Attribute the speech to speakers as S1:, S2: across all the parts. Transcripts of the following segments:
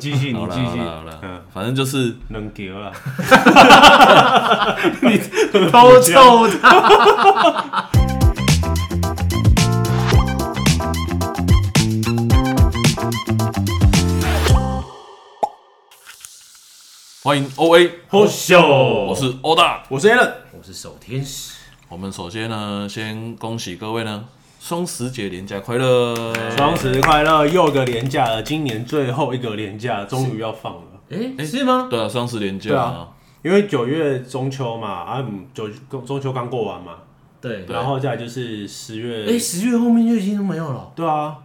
S1: 继续，
S2: 好
S1: 你
S2: 了
S1: 继
S2: 好
S1: 续
S2: 了，好了
S1: 嗯，
S2: 反正就是
S1: 能丢了， 你偷
S2: 臭
S1: 他。
S2: 欢迎 O A，
S1: 好笑，
S2: 我
S1: 我
S2: 是欧大。
S1: 我是 a l
S3: 我是守天使，
S2: 我们首先呢，先恭喜各位呢，双十节连假快乐！
S1: 双十快乐，又一个廉价了，今年最后一个廉价终于要放了，
S3: 哎、是吗？
S2: 对啊，双十连假
S1: 对啊，因为九月中秋嘛，啊，嗯九中秋刚过完嘛，
S3: 对，
S1: 然后再来就是十
S3: 哎、
S1: 月，
S3: 十月后面就已经都没有了。
S1: 对啊，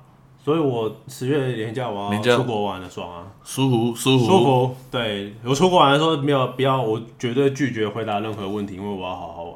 S1: 所以我十月廉价我要
S2: 廉价哦
S1: 出国玩了，爽啊，
S2: 舒服舒服
S1: 舒服。对我出国玩的时候没有必要，我绝对拒绝回答任何问题，因为我要好好玩。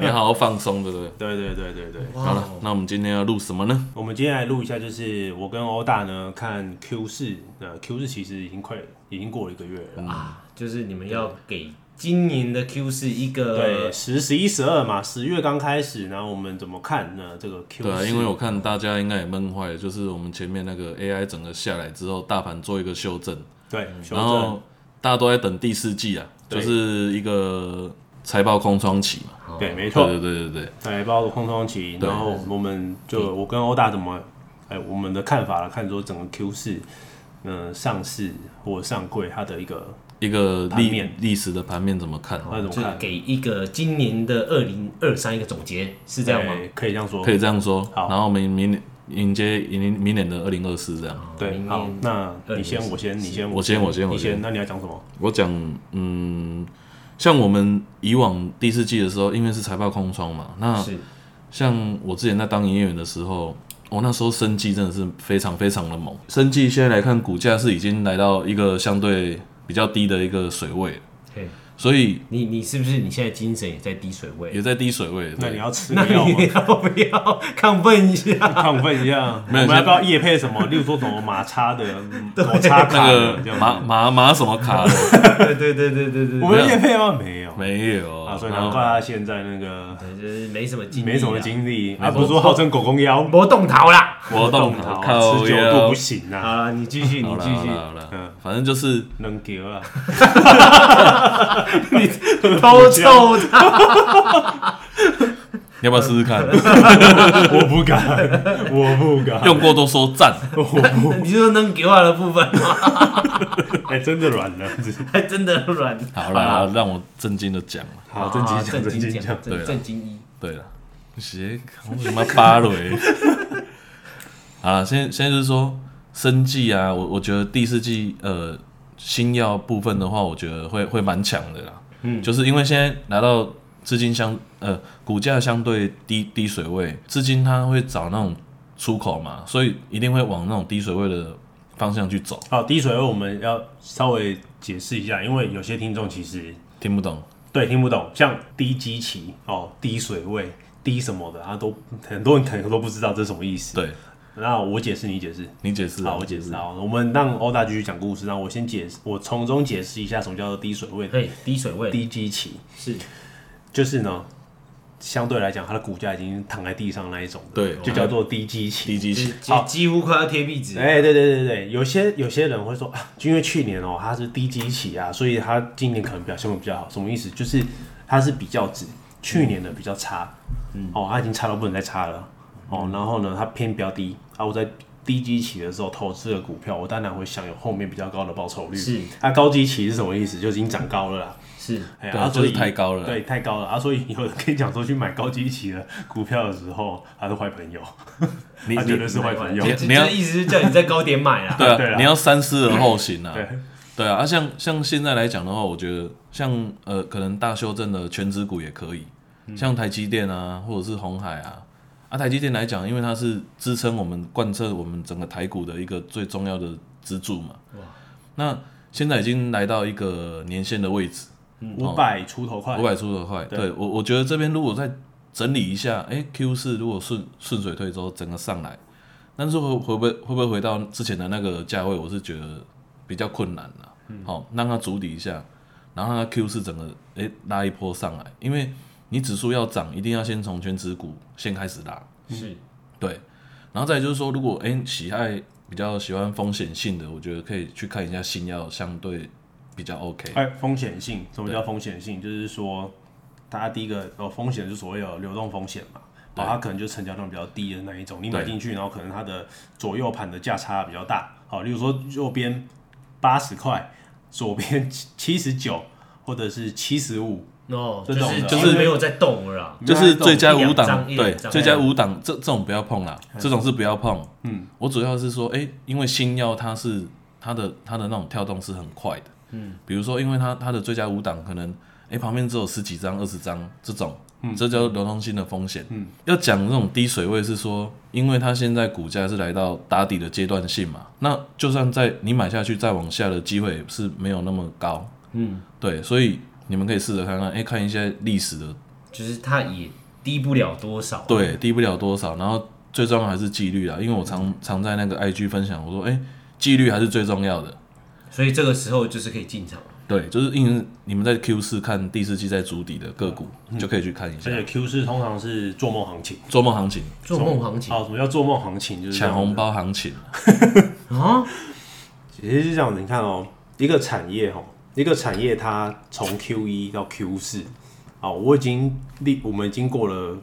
S2: 你好好放松，对 不对？
S1: 对对对对对。
S2: 好了，那我们今天要录什么呢？
S1: 我们今天来录一下，就是我跟欧大呢看 Q 四，呃，Q 四其实已经快已经过了一个月了，
S2: 嗯
S3: 啊，就是你们要给今年的 Q 是一
S1: 对，
S3: 个
S1: 十、十一、十二嘛，十月刚开始，然后我们怎么看呢？这个 Q
S2: 对啊，
S1: 四，
S2: 因为我看大家应该也闷坏了，就是我们前面那个 AI 整个下来之后，大盘做一个修正，
S1: 对修
S2: 嗯
S1: 正，
S2: 然后大家都在等第四季啊，
S1: 对
S2: 就是一个财报空窗期嘛。
S1: 对，没错，
S2: 哦对对对对对，
S1: 来包括空窗期，
S2: 对
S1: 然后我们就我跟欧大怎么，哎，我们的看法来看说整个 Q 四，嗯、上市或上柜它的一个
S2: 一个
S1: 盘
S2: 历
S1: 面
S2: 历史的盘面怎么看？
S1: 那
S3: 就
S1: 种看，
S3: 给一个今年的二零二三一个总结，是这样吗？
S1: 对？可以这样说
S2: 可，以这样说。
S1: 好
S2: 然后我们明年迎接迎明年的二零二四这样。
S1: 对，
S3: 哦明
S1: 好
S2: 嗯
S3: 年，
S1: 那你
S3: 2024
S1: 先，我先，你先，
S2: 我先我先
S1: 你
S2: 我
S1: 先，
S2: 先，
S1: 那你要讲什么？
S2: 我讲嗯，像我们以往第四季的时候，因为是财报空窗嘛，那
S3: 是
S2: 像我之前在当营业员的时候。我、那时候生计真的是非常非常的猛，生计现在来看股价是已经来到一个相对比较低的一个水位了，
S3: 嘿
S2: 所以
S3: 你你是不是你现在精神也在低水位？
S2: 也在低水位。
S1: 那你
S2: 对
S1: 要吃
S3: 那
S1: 个药吗
S3: 你？要不要亢奋一下？
S1: 亢奋一下，我
S2: 没有
S1: 们要
S2: 先
S1: 不要夜配什么？例如说什么马叉 的、抹叉卡
S2: 那
S1: 的
S2: 个
S1: 这样
S2: 马
S1: 子。
S2: 马马什么卡的
S3: 对对对对对对
S1: 我们有夜配吗？没有
S2: 没 有
S1: 啊，所以
S2: 然
S1: 难
S2: 后啊
S1: 怪他现在那个
S3: 对，就是没什么精力，
S1: 没什么，精力，他
S2: 没
S1: 不是
S2: 错
S1: 说号称狗公腰，
S3: 没动逃啦。
S2: 活动
S1: 头啊
S2: 靠
S1: 持久
S2: 腰
S1: 度不行啊，
S3: 好了，你继续，你
S2: 好了
S3: 继
S2: 好
S3: 续，
S2: 了好了
S1: 嗯，
S2: 反正就是
S1: 能丢 啊，
S3: 偷臭他。
S2: 你要不要试试看？
S1: 我不敢，我不敢，
S2: 用过都说 赞，
S3: 你就说能给我的部分 吗？
S1: 哎，真的软了，
S3: 还真的软。
S2: 好啦，让我震惊的讲了。
S1: 好，正经讲，
S3: 正
S1: 正
S3: 经
S1: 经讲，
S2: 对啊
S3: 正正经一。
S2: 对了，鞋我什么芭 蕾？啊，现现在就是说生计啊，我我觉得第四季呃新药部分的话，我觉得会会蛮强的啦。嗯，就是因为现在来到资金相呃股价相对低低水位，资金它会找那种出口嘛，所以一定会往那种低水位的方向去走。
S1: 好，滴水位我们要稍微解释一下，因为有些听众其实
S2: 听不懂？
S1: 对，听不懂，像低基期哦，低水位、低什么的，他都很多人可能都不知道这是什么意思。
S2: 对
S1: 那我解释，你解释。
S2: 你解释啊
S1: 好，我解释。好，我们让欧大继续讲故事，然后我先解释，我从中解释一下什么叫做低水位、
S3: 嘿，低水位
S1: 低基期，
S3: 是
S1: 就是呢，相对来讲，它的股价已经躺在地上那一种的，
S2: 对
S1: 就叫做低基期。
S2: 低基期
S3: 几。几几乎快要贴壁纸。
S1: 哎、对对对对，有些有些人会说啊，就因为去年哦、它是低基期啊，所以它今年可能表现会比较好。什么意思？就是它是比较值，去年的比较差，
S2: 嗯
S1: 哦，它已经差到不能再差了，哦，然后呢，它偏比较低啊，我在。低基期的时候投资的股票，我当然会享有后面比较高的报酬率。
S3: 是，
S1: 啊，高基期是什么意思？就已经涨高了啦。
S3: 是
S1: 哎
S2: 对
S1: 啊
S2: 就
S1: 所
S2: 是
S1: 以
S2: 太高了
S1: 对，太高了啊！所以有人跟你讲说去买高基期的股票的时候，他是坏朋友，他绝对是坏朋友。
S2: 你
S3: 就
S2: 你要
S3: 就意思是叫啊你在高点买 啦。
S2: 对
S1: 对啦
S2: 啊，你要三思而后行啊。
S1: 对
S2: 对啊，啊像像现在来讲的话，我觉得像呃，可能大修正的全指股也可以，
S1: 嗯
S2: 像台积电啊，或者是红海啊。啊，台积电来讲，因为它是支撑我们贯彻我们整个台股的一个最重要的支柱嘛。那现在已经来到一个年线的位置，
S1: 嗯五百出头块
S2: 五，百出头块。对我，我觉得这边如果再整理一下，哎、q 四如果顺顺水推舟，整个上来，但是会会不会会不会回到之前的那个价位？我是觉得比较困难了、好、让它筑底一下，然后让它 Q 四整个哎、拉一波上来，因为你指数要涨，一定要先从全指股先开始拉。
S3: 是
S2: 对，然后再来就是说，如果哎、诶喜爱比较喜欢风险性的，我觉得可以去看一下新药，相对比较 OK。
S1: 哎，风险性，什么叫风险性？就是说，大家第一个哦，风险是所谓有流动风险嘛，
S2: 对
S1: 然后它可能就成交量比较低的那一种，你买
S2: 对
S1: 进去，然后可能它的左右盘的价差比较大，好，例如说右边八十块，左边七十九，或者是七十五，
S3: 哦，
S1: 这
S3: 就
S1: 种
S3: 是
S1: 的
S3: 就是没有在动了啦。
S2: 就是最佳五
S3: 一两
S2: 档，
S3: 张一
S2: 对，
S3: 两张
S2: 最佳五档这这种不要碰啦，这种是不要碰。
S1: 嗯，
S2: 我主要是说，哎、因为新药它是它的它的那种跳动是很快的，嗯，比如说因为它它的最佳五档可能，哎、旁边只有十几张、二十张这种，这叫流通性的风险。嗯，要讲这种低水位是说，因为它现在股价是来到打底的阶段性嘛，那就算在你买下去再往下的机会也是没有那么高。嗯，对，所以你们可以试着看看，哎、看一些历史的
S3: 就是它也低不了多少。
S2: 对，低不了多少。然后最重要还是纪律啊，因为我
S1: 嗯
S2: 常常在那个 IG 分享，我说，哎、纪律还是最重要的。
S3: 所以这个时候就是可以进场。
S2: 对，就是因为你们在 Q 四看第四季在主底的个股，就可以去看一下
S1: 嗯而且 Q 四通常是做梦行情，
S2: 做梦行情、
S3: 做梦行情
S1: 好，哦什么叫做梦行情？就是这样
S2: 抢
S1: 子
S2: 红包行情。
S1: 哦
S3: 啊，
S1: 其实是这样子，你看哦，一个产业哦，一个产业它从 Q 一到 Q 四，啊，我已经历我们已经过了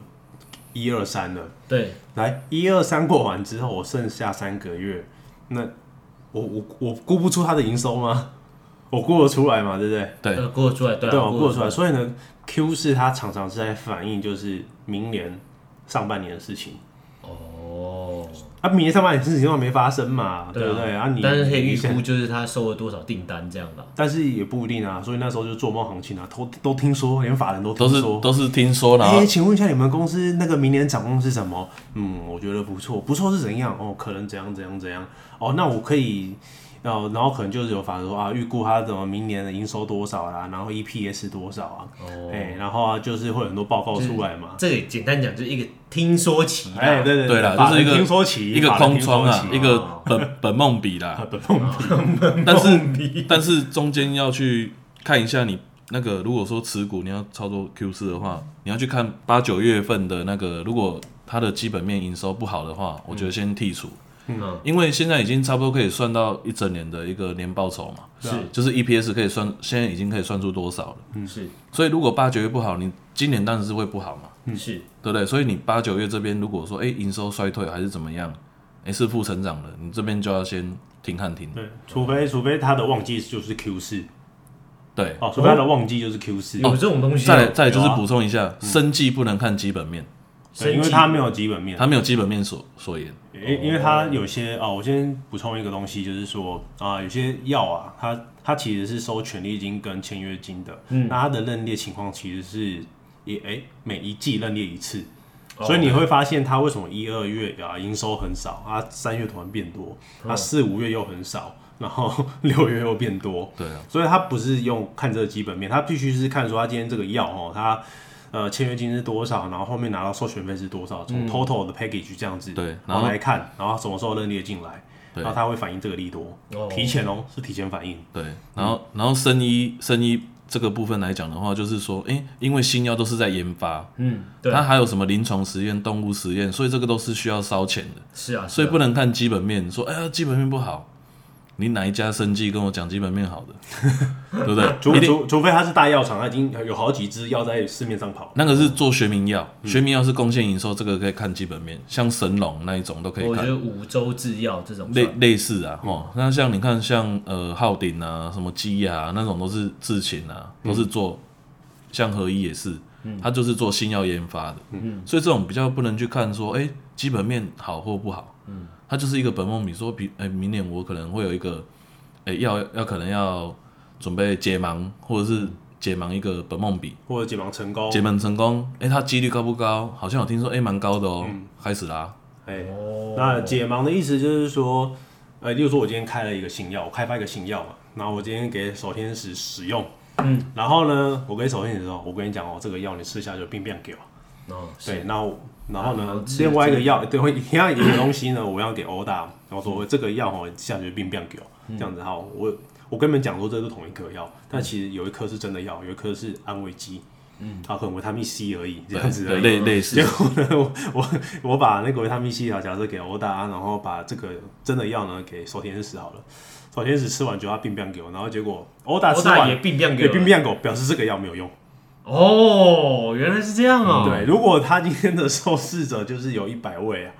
S1: 一二三了，
S3: 对，
S1: 来一二三过完之后，我剩下三个月，那我我我估不出它的营收吗？我估得出来嘛，对不对？
S2: 对
S3: 呃，过得出来，对啊，
S1: 对，我估
S3: 过
S1: 得出来。
S3: 来，
S1: 所以呢，Q 四它常常是在反映就是明年上半年的事情。
S3: 哦，
S1: 啊，明年上半年的事情都没发生嘛，对不
S3: 啊
S1: 对？啊你，
S3: 但是可以预
S1: 你
S3: 估就是他收了多少订单这样的。
S1: 但是也不一定啊，所以那时候就做梦行情啊，都都听说，连法人都
S2: 都
S1: 听
S2: 是
S1: 说。
S2: 都是听说，然
S1: 哎、
S2: 后
S1: 请问一下你们公司那个明年展望是什么？嗯，我觉得不错，不错是怎样？哦，可能怎样怎样怎样。哦，那我可以，哦，然后可能就是有法人说啊，预估它怎么明年的营收多少啦、然后 EPS 多少啊，哎、
S3: 哦，
S1: 然后啊就是会有很多报告出来嘛。
S3: 这个简单讲就是一个听说期
S1: 哎、
S3: 啦，
S1: 对对
S2: 嗯对啦
S1: 法
S2: 就是一
S1: 人
S2: 个
S1: 听说起
S2: 一个空窗啊，一个
S1: 哦
S2: 本本梦比啦。
S1: 本梦比
S2: 但是但是中间要去看一下你那个，如果说持股你要操作 Q 四的话，你要去看八九月份的那个，如果它的基本面营收不好的话，我觉得先剔除，
S3: 嗯，
S2: 因为现在已经差不多可以算到一整年的一个年报酬
S1: 啊
S2: 嘛，
S3: 是
S2: 就是 EPS 可以算，现在已经可以算出多少了。
S3: 是
S2: 所以如果八九月不好，你今年当然是会不好嘛，
S1: 嗯
S3: 是，
S2: 对不对？所以你八九月这边如果说哎营收衰退还是怎么样，哎是负成长的，你这边就要先停看停。
S1: 对，除非除非它的旺季就是 Q 四
S2: 对，
S1: 哦，除非它的旺季就是 Q 四、
S2: 哦
S3: 有这种东西
S2: 再
S3: 啊，
S2: 来再来就是
S1: 有啊嗯
S2: 补充一下，生计不能看基本面，
S1: 对，因
S3: 生
S1: 为
S3: 计
S1: 它没有基本面，
S2: 它没有基本面所所言。
S1: 因因为它有些啊、我先补充一个东西，就是说啊、有些药啊，它它其实是收权利金跟签约金的，那它的认列情况其实是也哎、每一季认列一次，
S3: 哦
S1: 所以你会发现它为什么一二月啊营收很少，它三月突然变多，它四五月又很少，然后 六月又变多，
S2: 对啊，
S1: 所以它不是用看这个基本面，它必须是看说它今天这个药哦，它呃签约金是多少，然后后面拿到授权费是多少，从 total 的 package 这样子，
S2: 对
S1: 然
S2: 然
S1: 后
S2: 后
S1: 来看，然后什么时候认列进来，
S2: 对
S1: 然后它会反映这个利多
S3: 哦，
S1: 提前哦，是提前反应，
S2: 对，然后然后生医生医这个部分来讲的话，就是说，哎、因为新药都是在研发，
S3: 嗯，对
S1: 啊
S2: 它，还有什么临床实验、动物实验，所以这个都是需要烧钱的，
S1: 嗯
S3: 是啊，
S2: 所以
S3: 是啊
S2: 不能看基本面，说哎呀基本面不好，你哪一家生计跟我讲基本面好 的，对不
S1: 除
S2: 对？一定
S1: 除除非它是大药厂，它已经有好几支药在市面上跑，
S2: 那个是做学名药，
S1: 嗯
S2: 学名药是贡献营收，这个可以看基本面，像神龙那一种都可以
S1: 哦
S3: 我
S2: 看
S3: 觉。得五洲制药这种
S2: 类
S3: 算
S2: 类似啊，哦，那像你看，像呃浩鼎啊、什么基啊那种都是制琴啊，都是做，像合一也是，它就是做新药研发的，嗯，所以这种比较不能去看说，哎、基本面好或不好，嗯，它就是一个本梦比说比，哎、明年我可能会有一个，哎、要要可能要准备解盲或者是解盲一个本梦比，
S1: 或者解盲成功，
S2: 解盲成功，哎、它几率高不高？好像有听说，哎、蛮高的哦，开始啦，
S1: 哎、
S3: 哦
S1: 那解盲的意思就是说，呃，例如说我今天开了一个新药，我开发一个新药嘛，然后我今天给守天使使用，嗯，然后呢，我给守天使说，我跟你讲哦，这个药你吃下去变变给我，
S3: 哦，
S1: 对，然后然后
S3: 然后
S1: 呢，
S3: 吃
S1: 另外一个药，对，我一样一个东西呢，我要给欧大，然后说
S3: 嗯
S1: 我这个药哦，下去变变给我，这样子好，我我跟你们讲说这是同一颗药，但其实有一颗是真的药，有一颗是安慰剂，嗯，啊，可能维他命 C 而已这样子而
S2: 对
S1: 已。
S2: 类类似
S1: 结，果呢，我我我把那个维他命 C 小夹子给欧大，然后把这个真的药呢给守天使好了。守天使吃完就他病变给我，然后结果欧大
S3: 我
S1: 吃
S3: 大也
S1: 完
S3: 病变给
S1: 给
S3: 我
S1: 病变狗，表示这个药没有用。
S3: 哦，原来是这样哦。
S1: 嗯对，如果他今天的受试者就是有一百位啊，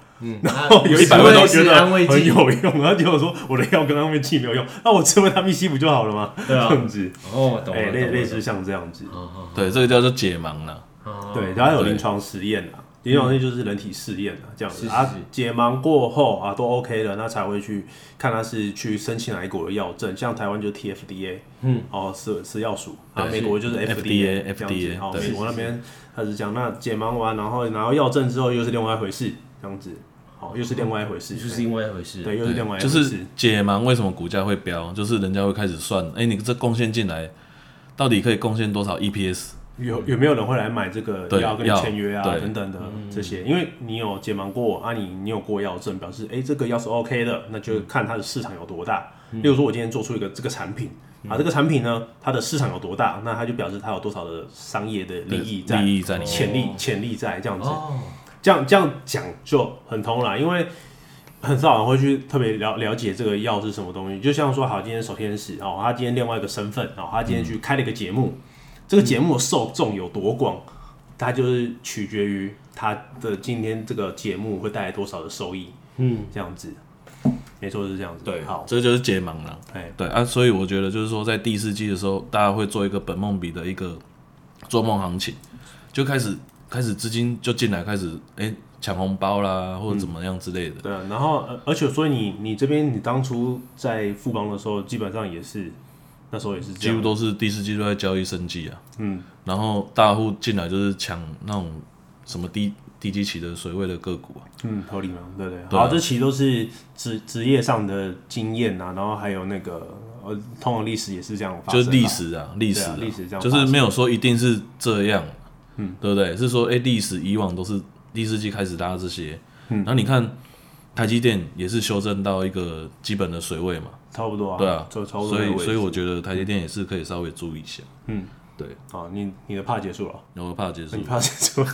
S3: 然
S1: 哦， 有一百位都觉得
S3: 安慰
S1: 很
S3: 剂，
S1: 有用，然后结果说我的药跟安慰剂没有用，那我吃维他命 C 不就好了吗？
S3: 对啊
S1: 这样子，
S3: 哦，懂
S1: 哎，
S3: 了，
S1: 类
S3: 懂了
S1: 类似像这样子，
S2: 对，这个叫做解盲啊了。
S3: 哦
S1: 对，然后有
S2: 对
S1: 临床实验啊，临床实验就是人体试验啊，这样
S3: 是
S1: 子
S3: 是
S1: 啊
S3: 是，
S1: 解盲过后啊都 OK 了，那才会去看他是去申请哪一国的药证，像台湾就 TFDA，嗯，哦是是药署，啊
S2: 对
S1: 美国就是 FDA
S2: FDA
S1: 这样子，哦美
S2: 对
S1: 国那边他是讲那解盲完，然后拿到药证之后又是另外一回事，这样子，哦又是另外一回事，
S3: 就是另外一回事。
S1: 对，又是另外一
S2: 就
S1: 回
S2: 是
S1: 事。
S2: 解盲为什么股价会飙，就是人家会开始算，哎、你这贡献进来，到底可以贡献多少 E EPS？
S1: 有有没有人会来买这个
S2: 对
S1: 药跟
S2: 药
S1: 你签约啊
S2: 对
S1: 等等的这些？因为你有解盲过啊你，你有过药证，表示哎、诶这个药是 OK 的，那
S2: 嗯
S1: 就看它的市场有多大。例如说，我今天做出一个这个产品啊，这个产品呢，它的市场有多大，那它就表示它有多少的商业的利益在，哦
S2: 利益在里面
S1: 潜力潜力在这样子。
S3: 哦，
S1: 这样这样讲就很通啦，因为很少人会去特别了了解这个药是什么东西。就像说，好，今天守天使哦，他今天另外一个身份哦，他今天去开了一个节目，这个节目的受众有多广，它就是取决于他的今天这个节目会带来多少的收益。嗯，这样子，没错是这样子。好，
S2: 这就是解盲了。
S1: 哎，
S2: 对啊，所以我觉得就是说，在第四季的时候，大家会做一个本梦比的一个做梦行情，就开始开始资金就进来，开始哎抢、红包啦，或者怎么样之类的。
S1: 对啊，然后呃而且所以你你这边你当初在富邦的时候，基本上也是那时候也是这
S2: 几
S1: 样
S2: 乎，都是第四季都在交易升级啊，
S1: 嗯，
S2: 然后大户进来就是抢那种什么低低基期的水位的个股啊，
S1: 嗯，合理嘛，对不对？
S2: 对啊
S1: 好，这其实都是职职业上的经验啊，然后还有那个呃，通常历史也是这样发
S2: 就
S1: 生
S2: 是
S1: 嘛，
S2: 历史啊，历史、
S1: 对啊历史这样发
S2: 就
S1: 生
S2: 是没有说一定是这样，嗯，对不对？是说，哎、历史以往都是第四季开始拉这些，嗯，然后你看台积电也是修正到一个基本的水位嘛，
S1: 差不多啊，
S2: 对啊，
S1: 就差不多
S2: 所
S1: 那个
S2: 以
S1: 位置。
S2: 所以我觉得台积电也是可以稍微注意一下，
S1: 嗯，
S2: 对，
S1: 好，你你的怕结束了，
S2: 然后怕 结束
S1: 你，怕结束了，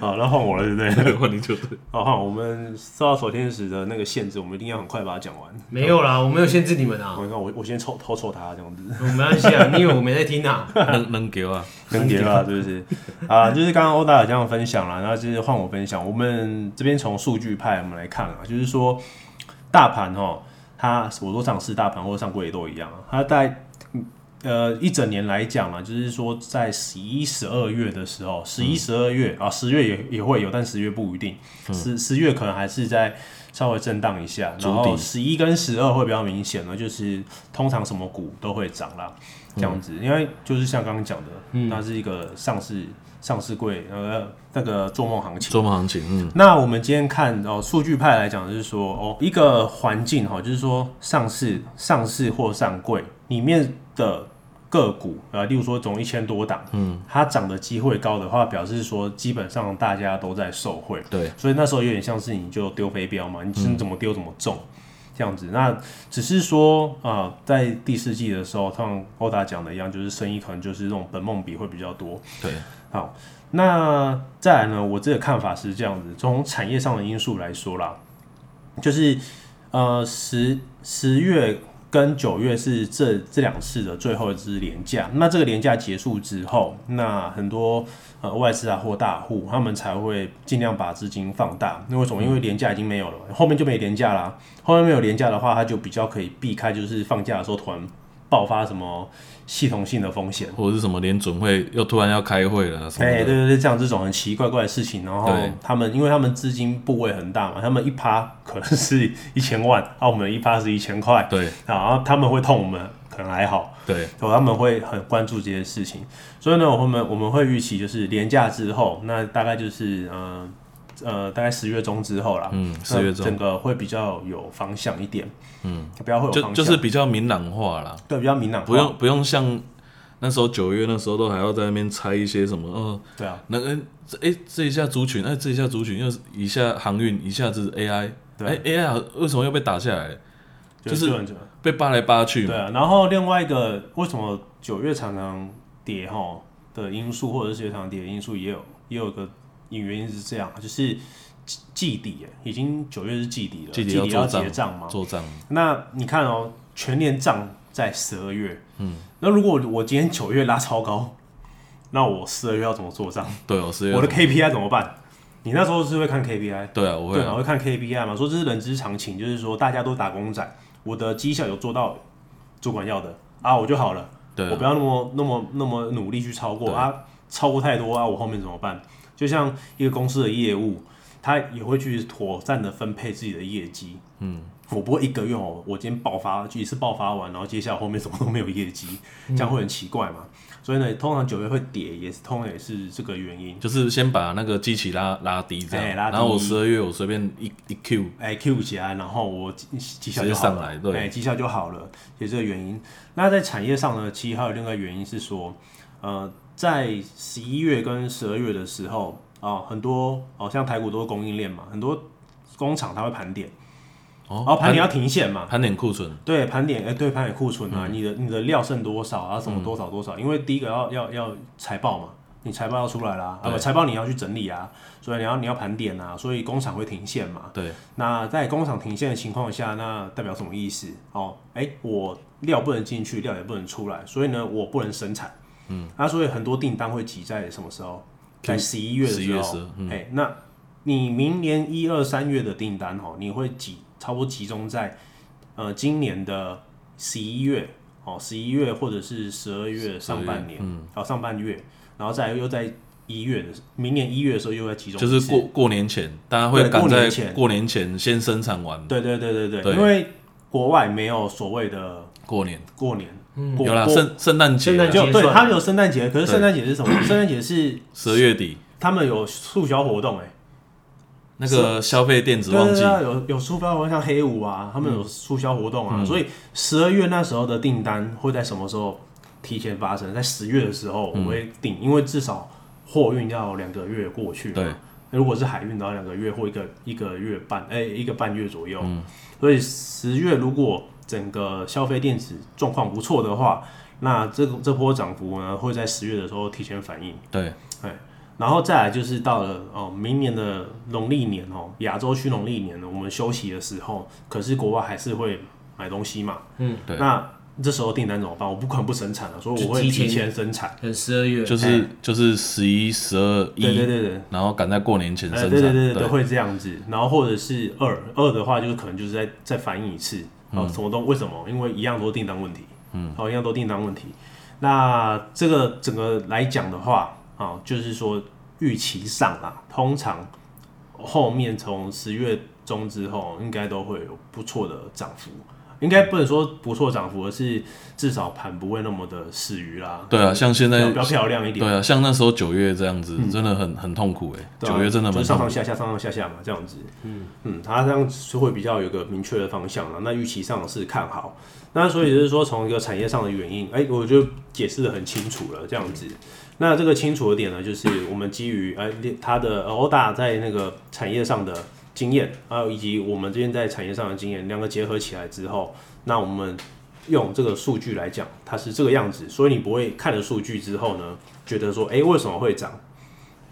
S1: 好，那换我了，对不对？
S2: 换你就对，
S1: 好，好，我们受到守天使的那个限制，我们一定要很快把它讲完。
S3: 没有啦，我没有限制你们啊
S1: 我，看我我先抽偷抽他这样子。
S3: 我没关系 啊，你以为我没在听啊？
S2: 能能给啊，
S1: 更 迭了，是不是？ 啊，就是刚刚欧大有这样分享了，然后就是换我分享。我们这边从数据派我们来看啊，就是说大盘哦，它我说上市大盘或者上柜也都一样啊，它在呃一整年来讲啊，就是说在十一、十二月的时候，十
S2: 嗯
S1: 一、十二月啊，十月也也会有，但十月不一定，十十月可能还是在。稍微震荡一下，然
S2: 筑
S1: 后
S2: 底
S1: 十一跟十二会比较明显呢，就是通常什么股都会涨啦，这样子，因为就是像刚刚讲的，它是一个上市上市柜呃那个做梦行情。
S2: 周末行情，嗯，
S1: 那我们今天看哦，数据派来讲，就是说哦，一个环境哈、哦，就是说上市、上市或上柜里面的个股，呃，例如说总一千多档，嗯，它涨的机会高的话，表示说基本上大家都在受惠，
S2: 对，
S1: 所以那时候有点像是你就丢飞镖嘛，你是怎么丢怎么中。这样子，那只是说啊、呃在第四季的时候，像欧达讲的一样，就是生意可能就是这种本梦比会比较多。
S2: 对，
S1: 好，那再来呢，我这个看法是这样子，从产业上的因素来说啦，就是呃十十月跟九月是这这两次的最后一支廉价，那这个廉价结束之后，那很多呃外资啊或大户他们才会尽量把资金放大，那为什么？因为廉价已经没有了，后面就没廉价啦，后面没有廉价的话，它就比较可以避开，就是放假的时候突然爆发什么系统性的风险。
S2: 或者是什么联准会又突然要开会了什么
S1: 哎、对
S2: 的，
S1: 对对，这样这种很奇怪怪的事情，然后
S2: 对
S1: 他们因为他们资金部位很大嘛，他们一趴可能是一千万，啊，我们一趴是一千块，
S2: 对
S1: 然后他们会痛，我们可能还好，
S2: 对，
S1: 对，他们会很关注这些事情，所以呢，我们我们会预期就是廉价之后，那大概就是嗯呃大概十月中之后啦，
S2: 嗯
S1: 那
S2: 10月中
S1: 整个会比较有方向一点，嗯，比较会有
S2: 就
S1: 方向，
S2: 就是比较明朗化啦。
S1: 对比较明朗化，
S2: 不用不用像那时候九月那时候都还要在那边猜一些什么，呃，
S1: 对啊，
S2: 那个这哎这一下族群，哎这一下族群又是一下航运，一下子 AI，
S1: 对
S2: 哎 AI 好为什么又被打下来？就是
S1: 很
S2: 被扒来扒去
S1: 对
S2: 嘛，
S1: 啊，然后另外一个为什么九月常常跌哈？的因素，或者是市场跌的因素，也有也有个原因是这样，就是季季底耶已经九月是季底了，
S2: 季
S1: 季
S2: 底
S1: 底
S2: 要
S1: 要
S2: 做
S1: 结账嘛。
S2: 做账，
S1: 那你看哦，全年账在十二月，嗯，那如果我今天九月拉超高，那我十二月要怎么做账？
S2: 对哦，是
S1: 我的 KPI 怎么办？你那时候是会看 KPI，
S2: 对啊，我会
S1: 对
S2: 啊
S1: 嘛，我会看 KPI 嘛，说这是人之常情，就是说大家都打工仔，我的绩效有做到主管要的啊，我就好了，
S2: 对
S1: 我
S2: 啊
S1: 不要那么那么那么努力去超过啊，超过太多啊，我后面怎么办？就像一个公司的业务，他也会去妥善的分配自己的业绩，嗯，我不会一个月哦，我今天爆发就一次爆发完，然后接下来后面什么都没有业绩，这样会很奇怪嘛。所以呢，通常九月会跌，也是通常也是这个原因。
S2: 就是先把那个机器拉拉低这样
S1: 哎，拉低
S2: 然后我十二月我随便一一 Q，
S1: 哎 Q 起来，然后我绩绩效
S2: 直
S1: 就
S2: 接
S1: 好
S2: 上
S1: 了
S2: 来，对
S1: 哎绩效就好了，也是这个原因。那在产业上呢，其实还有另外一个原因是说，呃，在十一月跟十二月的时候啊、很多哦，像台股都是供应链嘛，很多工厂它会盘点，
S2: 哦
S1: 然后盘点要停线嘛，
S2: 盘盘点库存，
S1: 对盘点，哎、对盘点库存啊，
S2: 嗯
S1: 你的你的料剩多少啊，什么多少多少，因为第一个要要要财报嘛，你财报要出来啦，啊
S2: 对
S1: 不，财报你要去整理啊，所以你要你要盘点啊，所以工厂会停线嘛。
S2: 对，
S1: 那在工厂停线的情况下，那代表什么意思？哦，哎、我料不能进去，料也不能出来，所以呢，我不能生产。嗯，那、所以很多订单会挤在什么时候？在十一月的时候，
S2: 11月12嗯
S1: 哎、那你明年一二三月的订单哦，你会集差不多集中在呃今年的十一月哦，十一月或者是十二月上半年，嗯，哦上半月，然后再又在一月的明年一月的时候又在集中一
S2: 就
S1: 次，
S2: 是过过年前，大家会
S1: 对
S2: 赶
S1: 过
S2: 在
S1: 年前
S2: 过年前先生产完
S1: 对对对对
S2: 对
S1: 对，因为国外没有所谓的
S2: 过年，
S1: 过年，过
S2: 有啦，
S1: 过
S2: 圣圣诞节啊
S3: 圣诞节
S1: 就
S3: 结
S1: 对
S3: 算
S1: 他们有圣诞节，可是圣诞节是什么？ 圣诞节是
S2: 十二月底
S1: 他们有促销活动、欸，哎，
S2: 那个消费电子
S1: 对
S2: 旺
S1: 对
S2: 季
S1: 啊
S2: 嗯
S1: 对，啊，有有促销活动，像黑五啊，他们有促销活动啊，所以十二月那时候的订单会在什么时候提前发生？在十月的时候
S2: 嗯
S1: 我会订，因为至少货运要两个月过去嘛，
S2: 对
S1: 如果是海运的话，两个月或一个一个月半，哎、一个半月左右。
S3: 嗯
S1: 所以十月如果整个消费电子状况不错的话，那这个这波涨幅呢会在十月的时候提前反应。
S2: 对，
S1: 然后再来就是到了哦，明年的农历年哦，亚洲区农历年呢，我们休息的时候，可是国外还是会买东西嘛。
S3: 嗯，
S2: 对
S1: 那这时候订单怎么办？我不可能不生产了，所以我会
S3: 就提前
S1: 提前生产。
S3: 很十二月
S2: 就是就是十一、十二、
S1: 哎对对
S2: 一，
S1: 对对。
S2: 然后赶在过年前
S1: 哎，
S2: 生
S1: 对对对
S2: 产，
S1: 对，都会这样子。然后或者是二二的话，就是可能就是再再反映一次
S2: 嗯
S1: 啊、什么东为什么？因为一样都是订单问题，嗯，好、一样都订单问题。那这个整个来讲的话啊、就是说预期上啊，通常后面从十月中之后，应该都会有不错的涨幅。应该不能说不错涨幅，而是至少盘不会那么的死鱼啦，
S2: 对啊，像现
S1: 比较
S2: 在
S1: 比较漂亮一点嗯
S2: 对。啊，像那时候九月这样子，真的很很痛苦哎、
S1: 对啊
S2: 九月真的
S1: 就
S2: 蛮
S1: 是上
S2: 痛
S1: 上
S2: 苦。
S1: 下下上上下下嘛，这样子，嗯嗯，它这样是会比较有个明确的方向了。那预期上是看好，那所以就是说从一个产业上的原因，哎、我就解释的很清楚了，这样子。那这个清楚的点呢，就是我们基于哎它的欧大在那个产业上的经验，还有以及我们这边在产业上的经验，两个结合起来之后，那我们用这个数据来讲，它是这个样子，所以你不会看了数据之后呢，觉得说，哎、为什么会涨？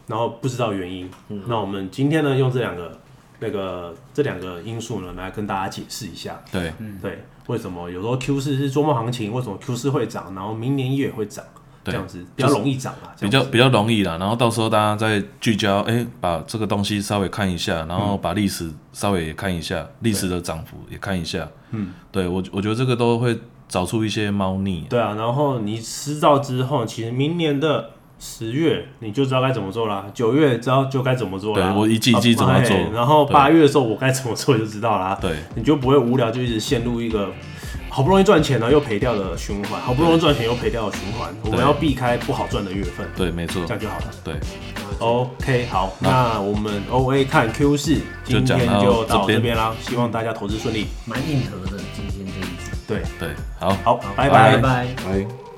S1: 然后不知道原因。
S2: 嗯
S1: 那我们今天呢，用这两个那个这两个因素呢，来跟大家解释一下，
S2: 对，
S1: 对，为什么有时候 Q 四是做梦行情，为什么 Q 四会涨，然后明年也会涨，这
S2: 对
S1: 样子比较容易涨啊，这
S2: 比
S1: 样
S2: 较比较容易啦。然后到时候大家再聚焦，哎、把这个东西稍微看一下，然
S1: 嗯
S2: 后把历史稍微也看一下，历史的涨幅也看一下。嗯，对我我觉得这个都会找出一些猫腻。
S1: 对啊。然后你知道之后，其实明年的。十月你就知道该怎么做啦，九月知道就该怎么做啦。
S2: 对我一季一季怎么做
S1: 哎然后
S2: 对
S1: 八月的时候我该怎么做就知道啦。
S2: 对
S1: 你就不会无聊，就一直陷入一个好不容易赚钱呢又赔掉的循环，好不容易赚钱又赔掉的循环。我们要避开不好赚的月份，
S2: 对，没错
S1: 这，样就好了。
S2: 对，
S1: OK，好，那我们 OA 看 Q 四，
S2: 就
S1: 今
S2: 讲
S1: 天
S2: 到
S1: 就到
S2: 这边
S1: 这边啦，希望大家投资顺利。
S3: 蛮硬核的，今天这一集。
S1: 对，
S2: 对，好，
S1: 好，拜拜
S2: 拜
S3: 拜。拜
S2: 拜。